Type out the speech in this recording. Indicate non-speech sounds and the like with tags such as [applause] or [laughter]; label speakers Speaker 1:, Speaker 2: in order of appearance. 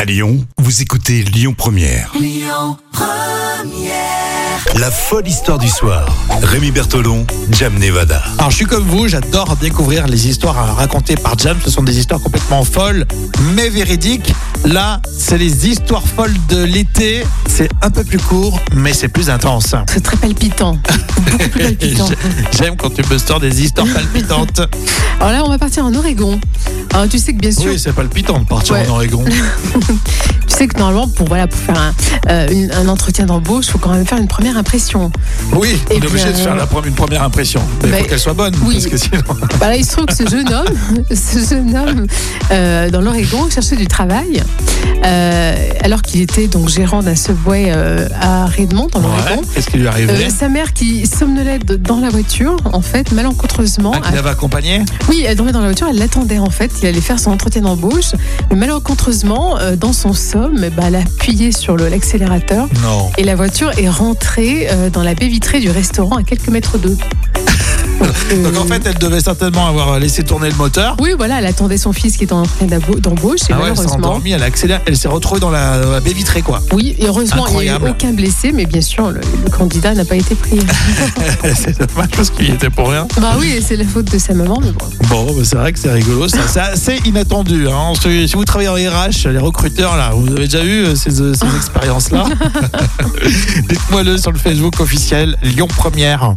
Speaker 1: À Lyon, vous écoutez Lyon Première. La folle histoire du soir. Rémi Bertolon, Jam Nevada.
Speaker 2: Alors je suis comme vous, j'adore découvrir les histoires euh, racontées par Jam. Ce sont des histoires complètement folles, mais véridiques. Là, c'est les histoires folles de l'été. C'est un peu plus court, mais c'est plus intense.
Speaker 3: C'est très palpitant. Beaucoup
Speaker 2: [laughs]
Speaker 3: plus palpitant.
Speaker 2: J'aime quand tu me sors des
Speaker 3: [laughs]
Speaker 2: histoires palpitantes.
Speaker 3: Alors là, on va partir en Oregon. Alors, tu sais que bien sûr,
Speaker 2: Oui, c'est palpitant de partir
Speaker 3: Ouais.
Speaker 2: en Oregon.
Speaker 3: tu sais que normalement, pour, voilà, pour faire un, euh, une- un entretien d'embauche, il faut quand même faire une
Speaker 2: [laughs]
Speaker 3: première impression.
Speaker 2: Oui,
Speaker 3: Et
Speaker 2: on est obligé
Speaker 3: bien,
Speaker 2: de faire la première, une première impression. Mais il
Speaker 3: bah,
Speaker 2: faut qu'elle soit bonne,
Speaker 3: oui.
Speaker 2: parce que sinon...
Speaker 3: Bah là, il se trouve que ce jeune homme, [laughs] ce jeune homme euh, dans l'Oregon cherchait du travail, euh, alors qu'il était donc gérant d'un subway euh, à Redmond, dans l'Oregon.
Speaker 2: Ouais, Qu'est-ce qui lui est
Speaker 3: Euh,
Speaker 2: arrivé
Speaker 3: sa mère qui somnolait de- dans la voiture, en fait, malencontreusement,
Speaker 2: Ah,
Speaker 3: a
Speaker 2: qui l'avait accompagné
Speaker 3: Oui, elle dormait dans la voiture, elle l'attendait en fait. Il allait faire son entretien d'embauche. Mais malencontreusement, euh, dans son somme, eh ben, elle a appuyé sur le- l'accélérateur
Speaker 2: Non.
Speaker 3: et la voiture est rentrée euh, dans la baie vitrée du restaurant à quelques mètres d'eux.
Speaker 2: [laughs]
Speaker 3: Euh,
Speaker 2: Donc en fait, elle devait certainement avoir euh, laissé tourner le moteur.
Speaker 3: Oui, voilà, elle attendait son fils qui était en train d'abo- d'embauche et
Speaker 2: Ah ouais, elle s'est
Speaker 3: malheureusement.
Speaker 2: endormie, elle a accéléré, elle s'est retrouvée dans la, la baie vitrée, quoi. [laughs]
Speaker 3: Oui, et heureusement, il n'y
Speaker 2: Incroyable.
Speaker 3: a eu aucun blessé, mais bien sûr, le, le candidat n'a pas
Speaker 2: [laughs]
Speaker 3: été pris.
Speaker 2: c'est dommage parce qu'il y était pour rien.
Speaker 3: bah oui, et c'est la faute de sa maman, mais bon.
Speaker 2: Bon, bah, c'est vrai que c'est rigolo, ça. c'est assez inattendu. hein. On se- Si vous travaillez en RH, les recruteurs, là, vous avez déjà eu euh, ces, euh,
Speaker 3: [laughs]
Speaker 2: ces expériences-là [laughs] Dites-moi le sur le Facebook officiel Lyon Première.